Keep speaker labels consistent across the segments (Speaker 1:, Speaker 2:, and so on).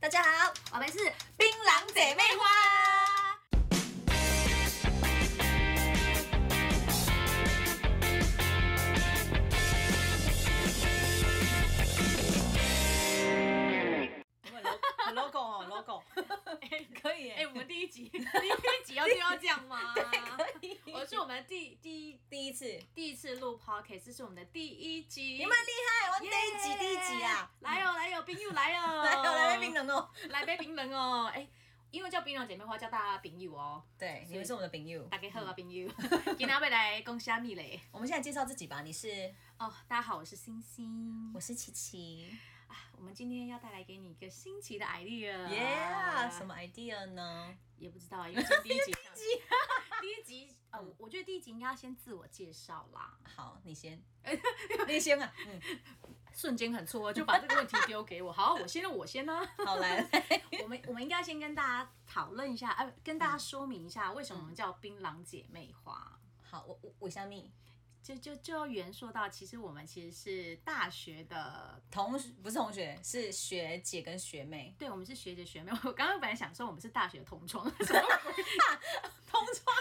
Speaker 1: 大家好，我们是槟榔姐妹花。
Speaker 2: 很 logo 哦，logo
Speaker 1: 可以
Speaker 3: 哎、我们第一集第一集要就要这样吗？哦
Speaker 2: 以
Speaker 3: 我是我们第第一
Speaker 2: 第一次，
Speaker 3: 第一次录 podcast，这是我们的第一集。
Speaker 2: 你们厉害，我第
Speaker 3: 耶
Speaker 2: 一集第一集啊，
Speaker 3: 来哦来哦，冰友来哦，
Speaker 2: 来哦来来冰冷哦，
Speaker 3: 来杯冰冷哦，哎、因为叫冰冷姐妹花，叫大家冰友哦，
Speaker 2: 对，你们是我们的朋友
Speaker 3: 大。家好啊，冰友，今天要来讲虾米嘞？
Speaker 2: 我们现在介绍自己吧，你是，
Speaker 3: 哦，大家好，我是星星
Speaker 2: 我，是琪琪
Speaker 3: 我们今天要带来给你一个新奇的 idea，
Speaker 2: ，Yeah，什么 idea 呢？
Speaker 3: 也不知道啊，因为 从第一集啊上，第一集，呃，我我觉得第一集应该要先自我介绍啦，
Speaker 2: 好，你先， 你先啊，嗯，
Speaker 3: 瞬间很错愕，就把这个问题丢给我。好，我先，那我先呢、啊
Speaker 2: 好来，来
Speaker 3: 我们我们应该先跟大家讨论一下，哎、跟大家说明一下，为什么我们叫槟榔姐妹花？
Speaker 2: 好，我我我像你
Speaker 3: 就就就要原说到，其实我们其实是大学的，
Speaker 2: 同学不是同学，是学姐跟学妹，
Speaker 3: 对，我们是学姐学妹。我刚刚本来想说我们是大学同窗，
Speaker 2: 同窗，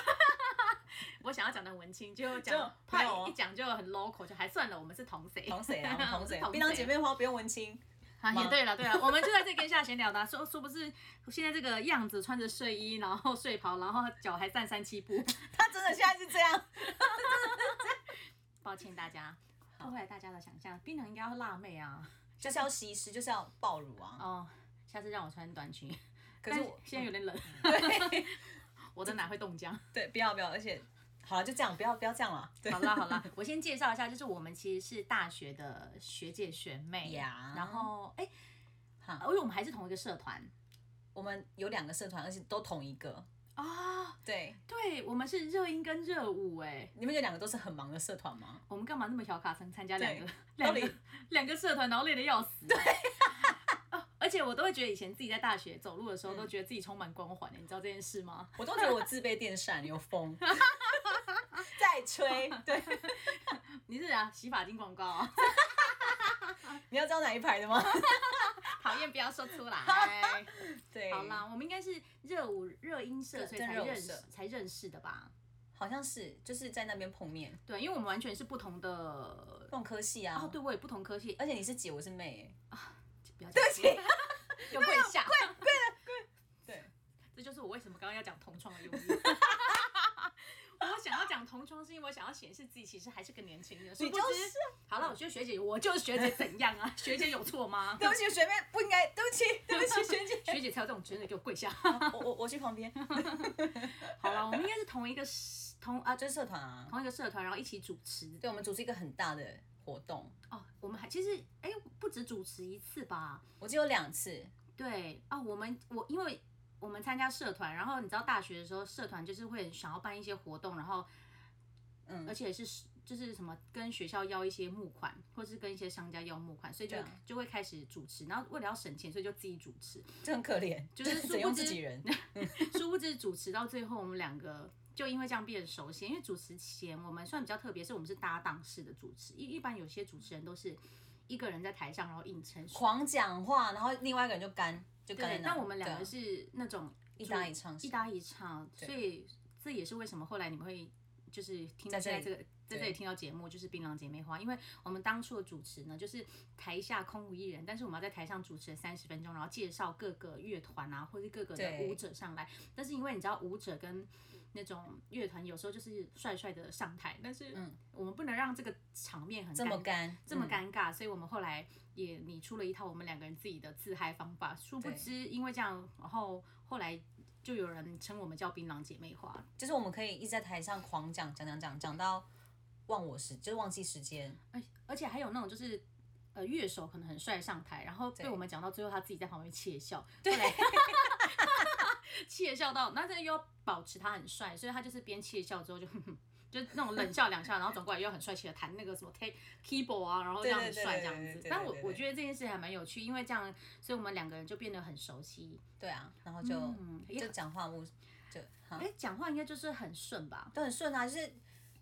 Speaker 3: 我想要讲的文青，就
Speaker 2: 就
Speaker 3: 讲怕
Speaker 2: 没有哦
Speaker 3: 一讲就很 local，就还算了，我们是同谁？
Speaker 2: 同谁啊？我们同
Speaker 3: 我们
Speaker 2: 谁
Speaker 3: 是？同
Speaker 2: 槟榔
Speaker 3: 谁
Speaker 2: 姐妹花不用文青，
Speaker 3: 啊，
Speaker 2: 吗
Speaker 3: 也对了，对了，我们就在这跟下闲聊的啊、说说不是现在这个样子，穿着睡衣，然后睡袍，然后脚还散三七步，
Speaker 2: 她真的现在是这样，
Speaker 3: 抱歉大家，破坏大家的想象，槟榔应该要辣妹啊，
Speaker 2: 就是要西施，就是要暴乳啊。
Speaker 3: 哦，下次让我穿短裙，
Speaker 2: 可是我嗯
Speaker 3: 但 现在有点冷，
Speaker 2: 对
Speaker 3: 我的哪会冻僵？
Speaker 2: 对，不要不要，而且好了，就这样，不要不要这样了，对
Speaker 3: 好啦好啦，我先介绍一下，就是我们其实是大学的学姐学妹
Speaker 2: 呀
Speaker 3: 然后哎，
Speaker 2: 哈
Speaker 3: 因为我们还是同一个社团
Speaker 2: 我们有两个社团，而且都同一个。
Speaker 3: 啊、
Speaker 2: 对，
Speaker 3: 对，我们是热音跟热舞哎、
Speaker 2: 你们有两个都是很忙的社团吗？
Speaker 3: 我们干嘛那么小卡参参加两个
Speaker 2: 对
Speaker 3: 两
Speaker 2: 到
Speaker 3: 个
Speaker 2: 底
Speaker 3: 两个社团，然后累得要死？ 对、而且我都会觉得以前自己在大学走路的时候，都觉得自己充满光环的，你知道这件事吗？
Speaker 2: 我都觉得我自备电扇有 风，在 吹。对，
Speaker 3: 你是啊，洗发精广告、啊，
Speaker 2: 你要知道哪一排的吗？
Speaker 3: 讨厌不要说出来。嗯
Speaker 2: 对，
Speaker 3: 好，啦，我们应该是热舞热音社，
Speaker 2: 对
Speaker 3: 所以才
Speaker 2: 热舞
Speaker 3: 认识
Speaker 2: 社
Speaker 3: 才认识的吧？
Speaker 2: 好像是就是在那边碰面，
Speaker 3: 对，因为我们完全是不同的。
Speaker 2: 那种科系啊。
Speaker 3: 哦，对，我也不同科系，
Speaker 2: 而且你是姐，我是妹、
Speaker 3: 不要对不起， 又跪下，
Speaker 2: 啊对，
Speaker 3: 这就是我为什么刚刚要讲同窗的用 意。我想要讲同窗，是因为我想要显示自己其实还是个年轻人。
Speaker 2: 你
Speaker 3: 殊不知
Speaker 2: 就是
Speaker 3: 好了，我觉得学姐，我就是学姐，怎样啊？学姐有错吗？
Speaker 2: 对不起，学妹不应该，对不起， 对不起，学 姐。
Speaker 3: 学姐才有这种职能，给我跪下。
Speaker 2: 我我我去旁边，啊
Speaker 3: 好了，我们应该是同一个 s- 同啊，
Speaker 2: 就是社团啊。
Speaker 3: 同一个社团，然后一起主持。
Speaker 2: 对，我们组织一个很大的活动，
Speaker 3: 哦，我们还其实哎、不止主持一次吧？
Speaker 2: 我只有两次，
Speaker 3: 对啊、我们我因为我们参加社团，然后你知道大学的时候，社团就是会想要办一些活动，然后
Speaker 2: 嗯
Speaker 3: 而且是就是什么跟学校要一些募款，或是跟一些商家要募款，所以就、
Speaker 2: 对啊
Speaker 3: 就会开始主持，然后为了要省钱，所以就自己主持，
Speaker 2: 就很可怜，
Speaker 3: 就是殊不
Speaker 2: 只用
Speaker 3: 知
Speaker 2: 自己人。
Speaker 3: 殊不知主持到最后，我们两个。就因为这样变熟悉，因为主持前我们算比较特别，是我们是搭档式的主持，一一般有些主持人都是一个人在台上，然后硬撑。
Speaker 2: 狂讲话，然后另外一个人就干，就干在
Speaker 3: 对，
Speaker 2: 那。
Speaker 3: 但我们两个
Speaker 2: 对啊
Speaker 3: 是那种
Speaker 2: 一搭一唱
Speaker 3: 一搭一唱，所以这也是为什么后来你们会就是听
Speaker 2: 在
Speaker 3: 在这
Speaker 2: 这里
Speaker 3: 个在这里听到节目就是《槟榔姐妹花》，因为我们当初的主持呢，就是台下空无一人，但是我们要在台上主持了三十分钟，然后介绍各个乐团啊，或是各个的
Speaker 2: 对
Speaker 3: 舞者上来。但是因为你知道舞者跟那种乐团有时候就是帅帅的上台，但是我们不能让这个场面很
Speaker 2: 嗯这么
Speaker 3: 尴尬
Speaker 2: 干，嗯
Speaker 3: 这么尴尬，所以我们后来也拟出了一套我们两个人自己的自嗨方法。殊不知，因为这样，然后后来就有人称我们叫“槟榔姐妹花
Speaker 2: 嗯，就是我们可以一直在台上狂讲讲讲讲讲到忘我时，就是忘记时间。”，
Speaker 3: 而而且还有那种就是。呃，乐手可能很帅上台，然后被我们讲到最后，他自己在旁边窃笑，对， 窃笑到，那这又要保持他很帅，所以他就是边窃笑之后就 就那种冷笑两下，然后转过来又很帅气的弹那个什么 take keyboard 啊，然后这样很帅这样
Speaker 2: 对对对对对
Speaker 3: 子
Speaker 2: 对。
Speaker 3: 但我
Speaker 2: 对对
Speaker 3: 我觉得这件事还蛮有趣，因为这样，所以我们两个人就变得很熟悉，
Speaker 2: 对啊，然后就、
Speaker 3: 嗯
Speaker 2: 就讲话无就哈
Speaker 3: 哎、讲话应该就是很顺吧？
Speaker 2: 都很顺啊，就是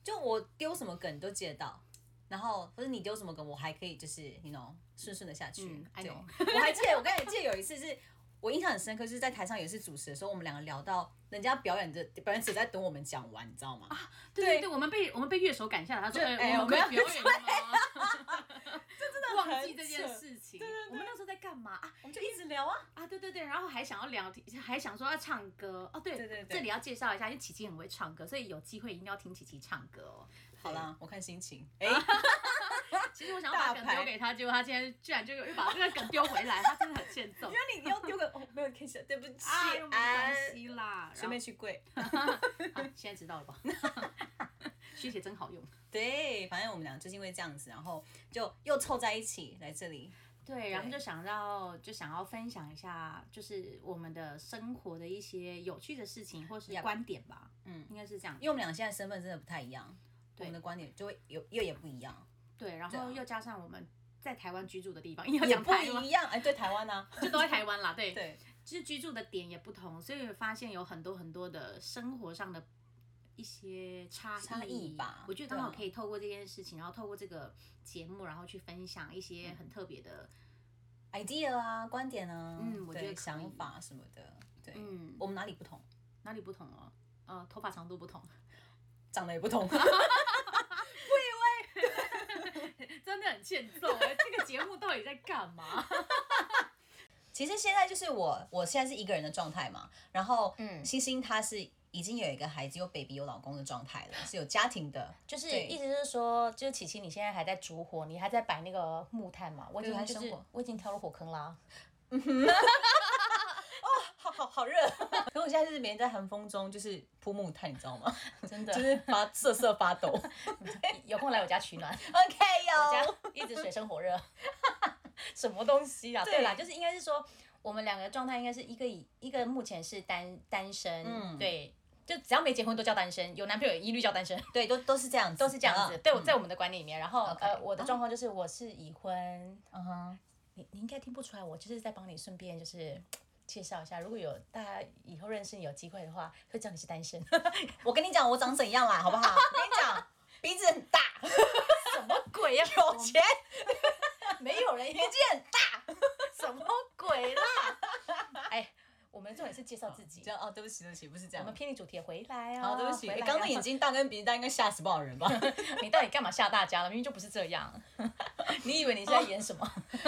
Speaker 2: 就我丢什么梗你都接得到。然后或者你丢什么梗，我还可以就是你 know 顺顺的下去。
Speaker 3: 嗯，I
Speaker 2: 对
Speaker 3: know
Speaker 2: 我还记得我跟你记得有一次是我印象很深刻，就是在台上也是主持的时候，我们两个聊到人家表演的表演者在等我们讲完，你知道吗？
Speaker 3: 啊
Speaker 4: 对
Speaker 2: 对
Speaker 4: 对对，我们被我们被乐手赶下来，他说：“
Speaker 2: 对
Speaker 4: 哎，
Speaker 2: 哎
Speaker 4: 我们可
Speaker 2: 我
Speaker 4: 以
Speaker 2: 们
Speaker 4: 表演了吗？”
Speaker 2: 真的
Speaker 4: 忘记这件，事情。我们那时候在干嘛啊？
Speaker 2: 我们就一直聊啊。
Speaker 4: 啊，对对对，然后还想要聊天，还想说要唱歌哦。对
Speaker 2: 对对对
Speaker 4: 这里要介绍一下，因为琪琪很会唱歌，所以有机会一定要听琪琪唱歌哦。啊
Speaker 2: 好啦，我看心情。哎、
Speaker 3: 啊
Speaker 4: 其实我想要把
Speaker 2: 大
Speaker 4: 梗
Speaker 2: 牌
Speaker 4: 丢给他，结果他今天居然就又把这个梗丢回来，他真的很欠 揍。
Speaker 2: 那你要丢个哦，没有 K 起来，对不起，
Speaker 4: 啊，又没关
Speaker 2: 哎
Speaker 4: 系啦。
Speaker 2: 学妹去跪。
Speaker 4: 然后啊，现在知道了吧？ 学姐真好用。
Speaker 2: 对，反正我们俩就是因为这样子，然后就又凑在一起来这里。
Speaker 4: 对，然后就想到就想要分享一下，就是我们的生活的一些有趣的事情或是
Speaker 2: Yep
Speaker 4: 观点吧。
Speaker 2: 嗯
Speaker 4: 应该是这样。
Speaker 2: 因为我们俩现在身份真的不太一样，我
Speaker 4: 对
Speaker 2: 们的观点就会有又也不 一样，
Speaker 4: 对，然
Speaker 2: 对啊
Speaker 4: 后又加上我们在台湾居住的地 方，因为要
Speaker 2: 也
Speaker 4: 讲
Speaker 2: 不
Speaker 4: 台湾
Speaker 2: 一，样。哎、对台湾啊，
Speaker 4: 就都在台湾 啦。 对，
Speaker 2: 对，
Speaker 4: 就是居住的点也不同，所以我发现有很多很多的生活上的一些差异
Speaker 2: 差异吧
Speaker 4: 我觉得刚
Speaker 2: 对啊
Speaker 4: 好可以透过这件事情，然后透过这个节目，然后去分享一
Speaker 2: 嗯
Speaker 4: 些很特别的，
Speaker 2: idea 啊，观点啊，
Speaker 4: 嗯我觉得
Speaker 2: 对
Speaker 4: 可以
Speaker 2: 想法什么的，对，
Speaker 4: 嗯
Speaker 2: 我们哪里不同，
Speaker 4: 哪里不同哦？呃，头发长度不同，
Speaker 2: 长得也不同，
Speaker 4: 真的很欠揍哎、 这个节目到底在干嘛？
Speaker 2: 其实现在就是我，我现在是一个人的状态嘛，然后，
Speaker 3: 嗯
Speaker 2: 嗯，星星她是已经有一个孩子，有 baby，有老公的状态了，是有家庭的，
Speaker 3: 就是
Speaker 2: 对
Speaker 3: 意思是说，就是琪琪，你现在还在烛火，你还在摆那个木炭嘛？我已
Speaker 2: 对我
Speaker 3: 经
Speaker 2: 还
Speaker 3: 就
Speaker 2: 生
Speaker 3: 是
Speaker 2: 火
Speaker 3: 我已经跳入火坑 啦。
Speaker 2: 好好好热， 可我现在就是每天在寒风中就是铺木炭，你知道吗？
Speaker 3: 真的
Speaker 2: 就，是发瑟瑟发抖。
Speaker 3: 有空来我家取暖，我
Speaker 2: OK
Speaker 3: 家
Speaker 2: 哟，
Speaker 3: 一直水深火热。 什么东西啊？
Speaker 2: 对
Speaker 3: 对啦，就是应该是说，我们两个状态应该是一个以一个目前是单单身，
Speaker 2: 嗯
Speaker 3: 对，就只要没结婚都叫单身，有男朋友一律叫单身。
Speaker 2: 对，都都是这样子，
Speaker 3: 都是这样子，
Speaker 2: 嗯
Speaker 3: 对，我在我们的观念里面。然后
Speaker 2: OK
Speaker 3: 呃，我的状况就是我是已婚，
Speaker 2: 嗯哼，
Speaker 3: 你你应该听不出来，我就是在帮你顺便就是介绍一下，如果有大家以后认识你有机会的话，会知道你是单 身。
Speaker 2: 我跟你讲，我长怎样啦，好不好？我跟你讲，鼻子很大，
Speaker 3: 什么鬼 呀、
Speaker 2: 有钱，
Speaker 3: 没有 人
Speaker 2: 年纪很大，
Speaker 3: 什么鬼啦！哎，我们重点是介绍自己
Speaker 2: 这。样哦，对不起，对不起，不是这
Speaker 3: 我们
Speaker 2: 样。
Speaker 3: 偏离主题回来啊！
Speaker 2: 好，对不起，
Speaker 3: 回
Speaker 2: 诶
Speaker 3: 来啊
Speaker 2: 刚刚眼睛大跟鼻子大，应该吓死不少人 吧？
Speaker 3: 你到底干嘛吓大家了？明明就不是这样， 你以为你是在演什么？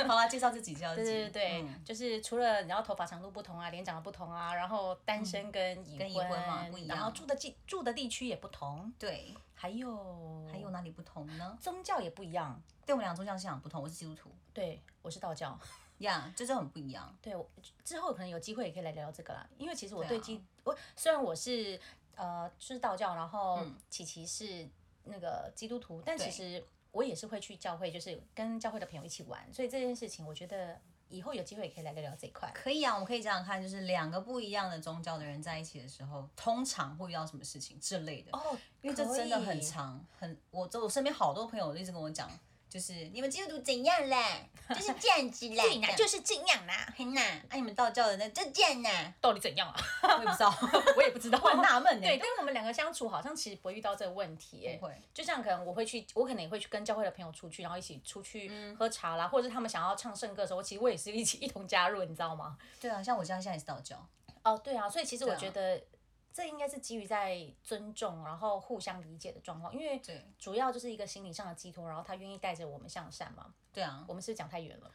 Speaker 2: 好啦，介绍自己，介绍自
Speaker 3: 对
Speaker 2: 己。
Speaker 3: 对对对，
Speaker 2: 哦嗯
Speaker 3: 就是除了你知道头发长度不同啊，脸长得不同啊，然后单身跟已
Speaker 2: 嗯跟已婚嘛不一样
Speaker 3: 然后住的地住的地区也不同，
Speaker 2: 对，
Speaker 3: 还有
Speaker 2: 还有哪里不同呢？
Speaker 3: 宗教也不一样。
Speaker 2: 对我们俩宗教信仰不同，我是基督徒，
Speaker 3: 对，我是道 教。
Speaker 2: 呀、这就很不一样。
Speaker 3: 对，我之后可能有机会也可以来聊聊这个啦，因为其实我
Speaker 2: 对啊
Speaker 3: 对基、我虽然我是呃是道教，然后
Speaker 2: 嗯
Speaker 3: 琪琪是那个基督徒，但其
Speaker 2: 对
Speaker 3: 实我也是会去教会，就是跟教会的朋友一起玩，所以这件事情我觉得以后有机会也可以来聊聊这一块。
Speaker 2: 可以啊，我们可以想想看，就是两个不一样的宗教的人在一起的时候，通常会遇到什么事情之类的。
Speaker 3: 哦，
Speaker 2: 因为这真的很长，很我这我身边好多朋友一直跟我讲，就是你们基督徒怎样 啦，就是这样子啦，
Speaker 3: 对呢，就是是这样啦、
Speaker 2: 很难。哎、你们道教的那就这样啦，
Speaker 3: 到底怎样啊？
Speaker 2: 我也不知道，
Speaker 3: 我也不知道，
Speaker 2: 我很纳闷呢。
Speaker 3: 对，但我们两个相处好像其实不会遇到这个问题耶、
Speaker 2: 不会，
Speaker 3: 就像可能我会去，我可能也会去跟教会的朋友出去，然后一起出去喝茶啦，或者是他们想要唱圣歌的时候，其实我也是一起一同加入，你知道吗？
Speaker 2: 对啊，像我家现在也是道教，
Speaker 3: 哦，对啊，所以其实
Speaker 2: 对
Speaker 3: 我
Speaker 2: 啊
Speaker 3: 觉得这应该是基于在尊重，然后互相理解的状况，因为
Speaker 2: 对
Speaker 3: 主要就是一个心理上的寄托，然后他愿意带着我们向善嘛。
Speaker 2: 对啊。
Speaker 3: 我们是不是讲太 远了，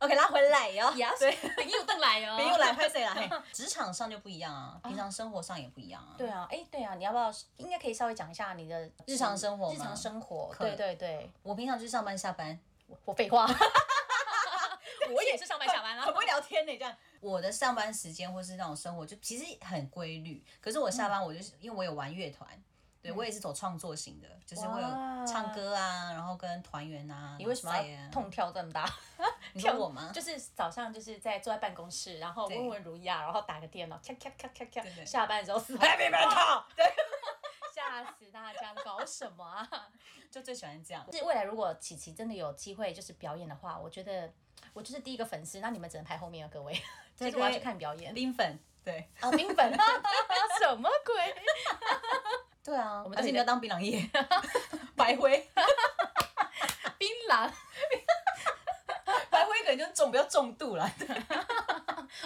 Speaker 2: OK，拉回来哟，对，
Speaker 3: 朋 友邓来哦
Speaker 2: 别又来拍谁啦？嘿 职场上就不一样啊，平常生活上也不一样啊。
Speaker 3: 对啊，哎，对啊，你要不要应该可以稍微讲一下你的
Speaker 2: 日常生活
Speaker 3: 日
Speaker 2: 吗
Speaker 3: 常生活，
Speaker 2: 可以
Speaker 3: 对对对，
Speaker 2: 我平常去上班下班，
Speaker 3: 我我废话， 我也是上班下班啊
Speaker 2: 很
Speaker 3: 啦。
Speaker 2: 会聊天呢、这样。我的上班时间或是那种生活，就其实很规律。可是我下班，我就是、因为我有玩乐团，对、我也是走创作型的，就是会有
Speaker 3: 哇
Speaker 2: 唱歌啊，然后跟团员啊。
Speaker 3: 你为什么
Speaker 2: 比赛啊
Speaker 3: 要痛跳这么大？
Speaker 2: 你说我吗？
Speaker 3: 就是早上就是在坐在办公室，然后
Speaker 2: 对
Speaker 3: 温文儒雅，然后打个电脑，咔咔咔咔咔
Speaker 2: 对，对
Speaker 3: 下班的时候死
Speaker 2: Happy Metal，对，
Speaker 3: 吓死大家，搞什么 啊？
Speaker 2: 就最喜欢这样。
Speaker 3: 就是未来如果琪琪真的有机会就是表演的话，我觉得我就是第一个粉丝，那你们只能排后面啊了，各位， 就是我要去看表演
Speaker 2: 冰粉，对
Speaker 3: 啊，冰粉，什么鬼？
Speaker 2: 对啊，
Speaker 3: 们
Speaker 2: 我们
Speaker 3: 都
Speaker 2: 而且
Speaker 3: 有
Speaker 2: 你要当槟榔叶， 白灰，
Speaker 3: 槟榔，
Speaker 2: 白灰可能就重比较重度了。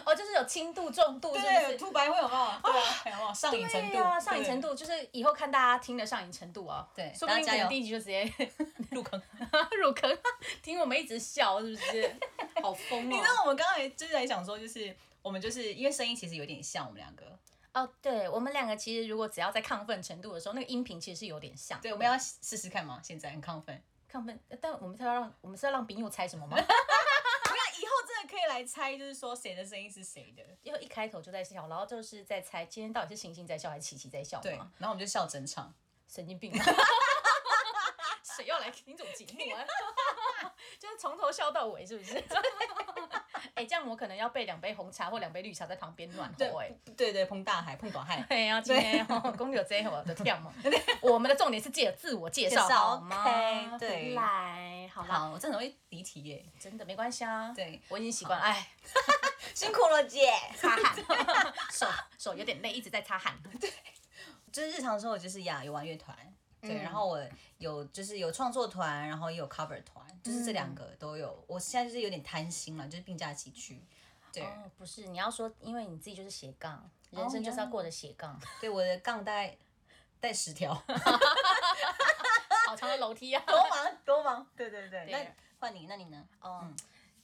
Speaker 3: 哦，就是有轻度、重度，是不
Speaker 2: 对，
Speaker 3: 是？
Speaker 2: 吐白会有没有？对啊，有没有上瘾程
Speaker 3: 对
Speaker 2: 度？
Speaker 3: 啊，上瘾程
Speaker 2: 度，
Speaker 3: 度就是以后看大家听的上瘾程度啊。
Speaker 2: 对
Speaker 3: 说不定
Speaker 2: 大家加油
Speaker 3: 可能第一集就直接
Speaker 2: 入坑。
Speaker 3: 入坑，听我们一直笑，是不 是？好疯
Speaker 2: 你知道
Speaker 3: 哦！
Speaker 2: 我们刚才就是在想说，就是我们就是因为声音其实有点像我们两个，
Speaker 3: 哦，对我们两个其实如果只要在亢奋程度的时候，那个音频其实是有点像。
Speaker 2: 对，我们要试试看嘛。现在很亢奋，
Speaker 3: 亢奋，但我们是要让我们是要让丙友猜什么 吗？
Speaker 2: 那哎以后真的可以来猜，就是说谁的声音是谁的。
Speaker 3: 因为一开头就在笑，然后就是在猜今天到底是星星在笑还是琪琪在笑
Speaker 2: 对，
Speaker 3: 嘛？
Speaker 2: 然后我们就笑整场。
Speaker 3: 神经病、 啊！谁要来听这种节目啊？ 就是从头笑到尾，是不是？ 哎、这样我可能要备两杯红茶或两杯绿茶在旁边暖和哎、
Speaker 2: 对对对，碰大海，碰短海。
Speaker 3: 对呀、啊，今天哦，公牛这一我的跳嘛， 我们的重点是介自我介绍
Speaker 2: 介绍
Speaker 3: 好吗
Speaker 2: OK，对
Speaker 3: 回来，好啦，
Speaker 2: 好，我真的很容易离题耶。
Speaker 3: 真的没关系啊，
Speaker 2: 对
Speaker 3: 我已经习惯了，哎，
Speaker 2: 辛苦了，姐。
Speaker 3: 擦汗，手手有点累，一直在擦汗，
Speaker 2: 就是日常生活就是呀，有玩乐团，对，
Speaker 3: 嗯
Speaker 2: 然后我有就是有创作团，然后也有 cover 团，就是这两个都有。我现在就是有点贪心了，就是并驾齐驱。对，
Speaker 3: 哦，不是，你要说，因为你自己就是斜杠，人生就是要过着斜杠，
Speaker 2: 对，我的杠带带十条，
Speaker 3: 好长的楼梯啊。
Speaker 2: 多忙 多忙。对对对，
Speaker 3: 对
Speaker 2: 那换你，那你 呢？
Speaker 3: 哦，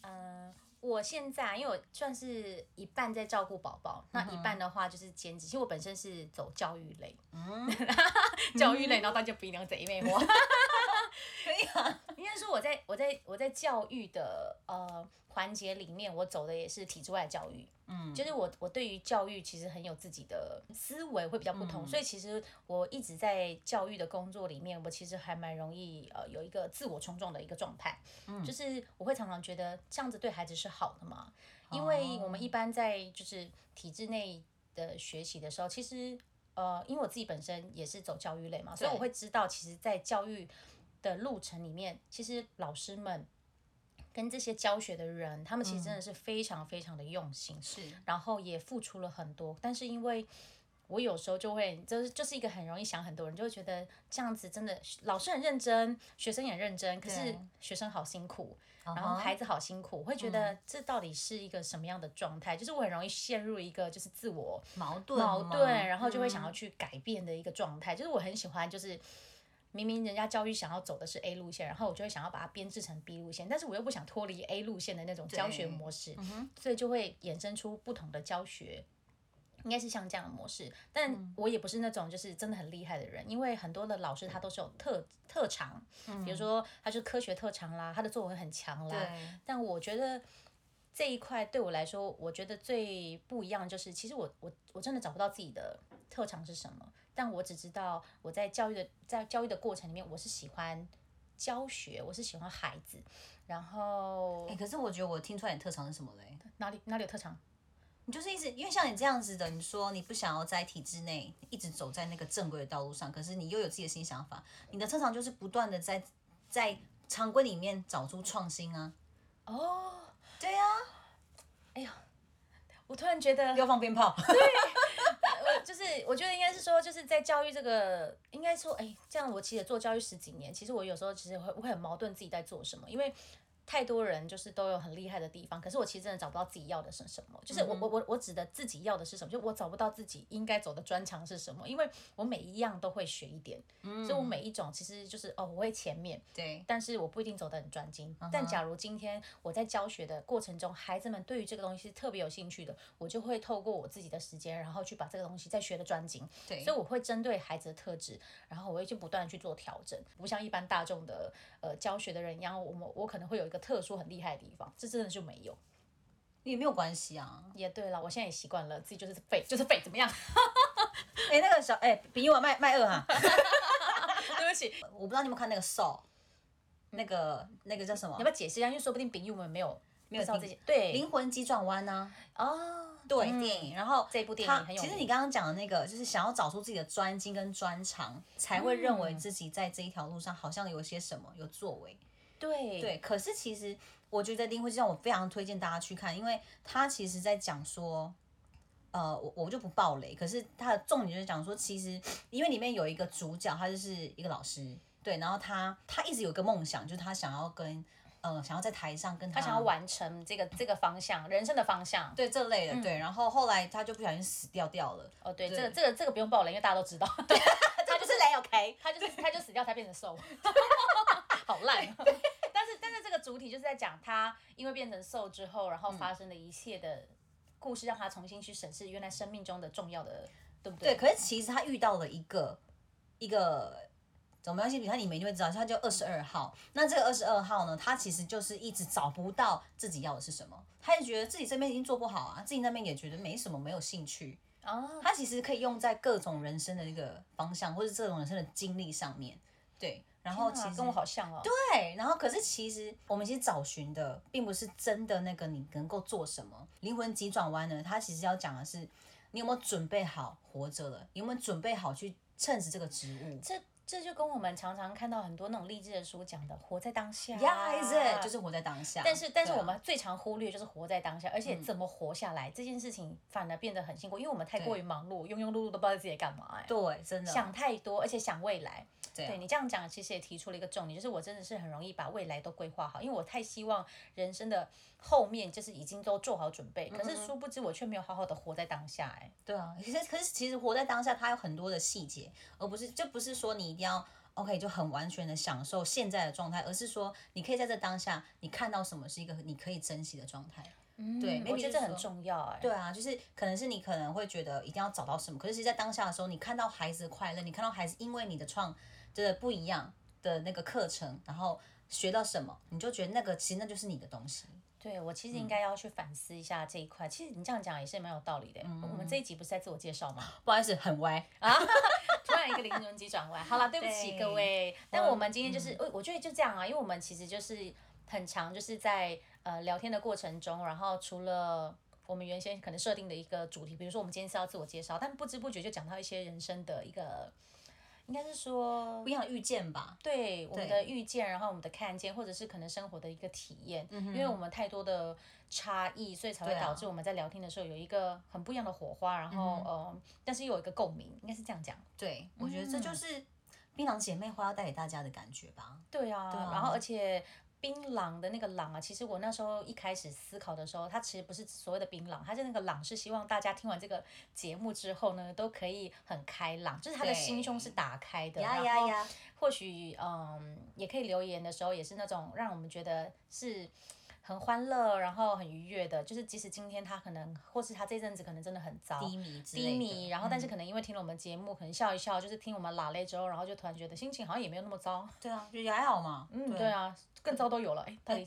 Speaker 3: 嗯，我现在因为我算是一半在照顾宝宝，那一半的话就是兼职。其实我本身是走教育类，
Speaker 2: 嗯
Speaker 3: 教育类，然后大家不一样贼妹我。
Speaker 2: 可以啊。
Speaker 3: 应该说我在我在我在教育的呃环节里面，我走的也是体制外的教育。
Speaker 2: 嗯，
Speaker 3: 就是我我对于教育其实很有自己的思维，会比较不同，
Speaker 2: 嗯
Speaker 3: 所以其实我一直在教育的工作里面，我其实还蛮容易呃有一个自我冲撞的一个状态，
Speaker 2: 嗯
Speaker 3: 就是我会常常觉得这样子对孩子是好的嘛，因为我
Speaker 2: 哦
Speaker 3: 们一般在就是体制内的学习的时候，其实呃，因为我自己本身也是走教育类嘛，所以
Speaker 2: 对
Speaker 3: 我会知道，其实，在教育的路程里面，其实老师们跟这些教学的人，他们其实
Speaker 2: 嗯
Speaker 3: 真的是非常非常的用心，
Speaker 2: 是
Speaker 3: 然后也付出了很多。但是因为我有时候就会，就是就是一个很容易想很多人，就会觉得这样子真的老师很认真，学生也很认真，可是
Speaker 2: 对嗯
Speaker 3: 学生好辛苦，
Speaker 2: 然
Speaker 3: 然后孩子好辛苦，我会觉得这到底是一个什么样的状态？就是我很容易陷入一个就是自我
Speaker 2: 矛盾
Speaker 3: 矛
Speaker 2: 吗嗯
Speaker 3: 盾，然后就会想要去改变的一个状态。就是我很喜欢，就是明明人家教育想要走的是 A 路线，然后我就会想要把它编制成 B 路线，但是我又不想脱离 A 路线的那种教学
Speaker 2: 对嗯
Speaker 3: 模式，所以就会衍生出不同的教学。应该是像这样的模式，但
Speaker 2: 嗯
Speaker 3: 我也不是那种就是真的很厉害的人，因为很多的老师他都是有特特长，比如说他是科学特长啦，他的作文很强啦，
Speaker 2: 嗯对，
Speaker 3: 但我觉得这一块对我来说，我觉得最不一样就是，其实我我我真的找不到自己的特长是什么，但我只知道我在教育的在教育的过程里面，我是喜欢教学，我是喜欢孩子，然后
Speaker 2: 哎、可是我觉得我听出来你特长是什么嘞？
Speaker 3: 哪里哪里有特长？
Speaker 2: 你就是一直，因为像你这样子的，你说你不想要在体制内一直走在那个正规的道路上，可是你又有自己的新想法，你的特长就是不断的在在常规里面找出创新啊。
Speaker 3: 哦，
Speaker 2: 对啊，
Speaker 3: 我突然觉得
Speaker 2: 要放鞭炮，
Speaker 3: 我就是我觉得应该是说，就是在教育这个，应该说，哎、这样我其实做教育十几年，其实我有时候其实会会很矛盾自己在做什么，因为太多人就是都有很厉害的地方，可是我其实真的找不到自己要的是什么，就是我我我我指的自己要的是什么，就我找不到自己应该走的专长是什么，因为我每一样都会学一点，所以我每一种其实就是哦，我会前面，
Speaker 2: 对，
Speaker 3: 但是我不一定走得很专
Speaker 2: 嗯
Speaker 3: 精。但假如今天我在教学的过程中，孩子们对于这个东西是特别有兴趣的，我就会透过我自己的时间，然后去把这个东西再学的专精。
Speaker 2: 对
Speaker 3: 所以我会针对孩子的特质，然后我会去不断地去做调整，不像一般大众的呃教学的人一样，我们我可能会有一个特殊很厉害的地方，这真的就没有。
Speaker 2: 也没有关系啊。
Speaker 3: 也对了，我现在也习惯了，自己就是废， 就是废，怎么样？
Speaker 2: 哎、那个小哎，比我卖卖二哈，
Speaker 3: 对不起，你
Speaker 2: 我不知道你有没有看那个 Soul，那个那个叫什么
Speaker 3: 要不？要解释一下？因为说不定丙玉我们没有没
Speaker 2: 有
Speaker 3: 知道
Speaker 2: 听
Speaker 3: 这些，对
Speaker 2: 灵魂急转弯啊呢、
Speaker 3: 哦，
Speaker 2: 对，
Speaker 3: 嗯
Speaker 2: 电影。然后
Speaker 3: 这部电
Speaker 2: 他
Speaker 3: 影很有
Speaker 2: 其实
Speaker 3: 名
Speaker 2: 你刚刚讲的那个，就是想要找出自己的专精跟专长，才会认
Speaker 3: 嗯
Speaker 2: 为自己在这一条路上好像有些什么有作为。
Speaker 3: 对
Speaker 2: 对，可是其实我觉得《灵魂之上》我非常推荐大家去看，因为他其实在讲说。呃，我我就不爆雷，可是他的重点就是讲说，其实因为里面有一个主角，他就是一个老师，对，然后他他一直有一个梦想，就是他想要跟呃想要在台上跟
Speaker 3: 他想要完成这个这个方向，人生的方向。
Speaker 2: 对这类的、
Speaker 3: 嗯
Speaker 2: 对，然后后来他就不小心死掉掉了，
Speaker 3: 哦，对，
Speaker 2: 对
Speaker 3: 这个这个这个不用爆了，因为大家都知道。对，
Speaker 2: 他就是雷 OK，
Speaker 3: 他就是他就死掉，他变成 瘦，好烂哦。但是但是这个主体就是在讲他因为变成瘦之后，然
Speaker 2: 嗯
Speaker 3: 后发生的一切的故事，让他重新去审视原来生命中的重要的，对不
Speaker 2: 对，
Speaker 3: 对？
Speaker 2: 可是其实他遇到了一个一个。总没关系，你看你们一定会知道，他就二十二号。那这个二十二号呢，他其实就是一直找不到自己要的是什么，他也觉得自己这边已经做不好啊，自己那边也觉得没什么，没有兴趣。
Speaker 3: 哦，
Speaker 2: 它其实可以用在各种人生的那个方向，或者这种人生的经历上面。对，然后其
Speaker 3: 天
Speaker 2: 实
Speaker 3: 哪跟我好像哦。
Speaker 2: 对，然后可是其实我们其实找寻的并不是真的那个你能够做什么。灵魂急转弯呢，它其实要讲的是你有没有准备好活着了，有没有准备好去称职这个职务。
Speaker 3: 这这就跟我们常常看到很多那种励志的书讲的“活在当下”呀，
Speaker 2: Yeah, is it？就是活在当下。
Speaker 3: 啊但是，但是
Speaker 2: 对啊嗯
Speaker 3: 我们最常忽略就是活在当下，而且怎么活下来、这件事情反而变得很辛苦，因为我们太过于忙碌，庸庸碌碌都不知道自己在干嘛、哎，
Speaker 2: 对，啊真的
Speaker 3: 想太多，而且想未来。
Speaker 2: 嗯对啊
Speaker 3: 你这样讲，其实也提出了一个重点，就是我真的是很容易把未来都规划好，因为我太希望人生的后面就是已经都做好准
Speaker 2: 嗯
Speaker 3: 备，可是殊不知我却没有好好的活在当下、哎，
Speaker 2: 对啊，可是可是其实活在当下，它有很多的细节，而不是就不是说你一定要 OK 就很完全的享受现在的状态，而是说你可以在这当下，你看到什么是一个你可以珍惜的状态。对
Speaker 3: 嗯
Speaker 2: maybe
Speaker 3: 我觉得
Speaker 2: 就是
Speaker 3: 这很
Speaker 2: 说
Speaker 3: 重要、哎，
Speaker 2: 对啊，就是可能是你可能会觉得一定要找到什么，可是其实在当下的时候，你看到孩子的快乐，你看到孩子因为你的创的不一样的那个课程，然后学到什么，你就觉得那个其实那就是你的东西。
Speaker 3: 对我其实应
Speaker 2: 嗯
Speaker 3: 该要去反思一下这一块。其实你这样讲也是蛮有道理的、
Speaker 2: 嗯
Speaker 3: 我们这一集不是在自我介绍吗？
Speaker 2: 不好意思，很歪。
Speaker 3: 啊，突然一个灵魂急转弯。好了， 对不嗯起
Speaker 2: 对
Speaker 3: 各位，但我们今天就是，我、我觉得就这样啊，因为我们其实就是很长，就是在呃聊天的过程中，然后除了。我们原先可能设定的一个主题，比如说我们今天是要自我介绍，但不知不觉就讲到一些人生的一个，应该是说
Speaker 2: 不一样的遇见吧，
Speaker 3: 对我们的遇见，然后我们的看见，或者是可能生活的一个体验，因为我们太多的差异，所以才会
Speaker 2: 啊
Speaker 3: 导致我们在聊天的时候有一个很不一样的火花，然后、呃，但是又有一个共鸣，应该是这样讲。
Speaker 2: 对我觉得这就是槟榔姐妹花要带给大家的感觉吧。
Speaker 3: 对啊，
Speaker 2: 啊
Speaker 3: 然后而且。槟榔的那个榔啊，其实我那时候一开始思考的时候，它其实不是所谓的槟榔，它是那个榔，是希望大家听完这个节目之后呢，都可以很开朗，就是他的
Speaker 2: 对
Speaker 3: 心胸是打开的，
Speaker 2: 呀
Speaker 3: 然
Speaker 2: 呀
Speaker 3: 后
Speaker 2: 呀！
Speaker 3: 或许嗯，也可以留言的时候，也是那种让我们觉得是很欢乐，然后很愉悦的。就是即使今天他可能，或是他这阵子可能真的很糟。
Speaker 2: 低迷之类的嗯
Speaker 3: 低迷，然后但是可能因为听了我们节目，可能笑一笑，就是听我们拉嘞之后，然后就突然觉得心情好像也没有那么糟。
Speaker 2: 对啊，就也还好嘛。
Speaker 3: 嗯，对，啊，更糟都有了。哎，到底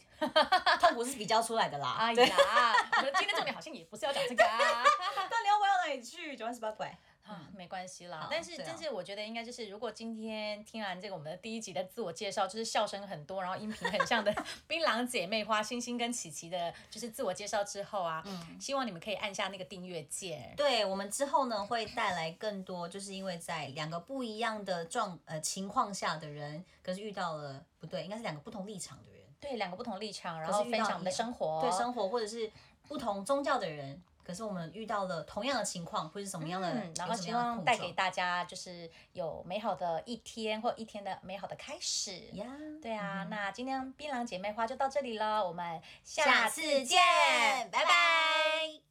Speaker 2: 痛苦是比较出来的啦。
Speaker 3: 哎呀， 我们今天重点好像也不是要讲这个 啊。
Speaker 2: 到底要歪到哪里去？九万十八拐。
Speaker 3: 啊，没关系啦
Speaker 2: 好。
Speaker 3: 但是、
Speaker 2: 对啊
Speaker 3: 但是我觉得应该就是，如果今天听完这个我们的第一集的自我介绍，就是笑声很多，然后音频很像 的槟榔姐妹花、星星跟琪琪的，就是自我介绍之后啊，希望你们可以按下那个订阅键。
Speaker 2: 对我们之后呢，会带来更多，就是因为在两个不一样的状呃情况下的人，可是遇到了不对，应该是两个不同立场的人，
Speaker 3: 对，两个不同立场，然
Speaker 2: 是
Speaker 3: 后
Speaker 2: 遇
Speaker 3: 分
Speaker 2: 到
Speaker 3: 享我们的
Speaker 2: 一
Speaker 3: 啊生活，
Speaker 2: 对生活或者是不同宗教的人，可是我们遇到了同样的情况，会是什么样的？
Speaker 3: 嗯，然后
Speaker 2: 有什么
Speaker 3: 希
Speaker 2: 样的
Speaker 3: 望
Speaker 2: 碰
Speaker 3: 带
Speaker 2: 撞
Speaker 3: 给大家就是有美好的一天或一天的美好的开始。
Speaker 2: 呀。
Speaker 3: 对
Speaker 2: 嗯
Speaker 3: 啊，那今天槟榔姐妹花就到这里了，我们
Speaker 2: 下
Speaker 3: 下
Speaker 2: 次
Speaker 3: 次见
Speaker 2: 见，，拜拜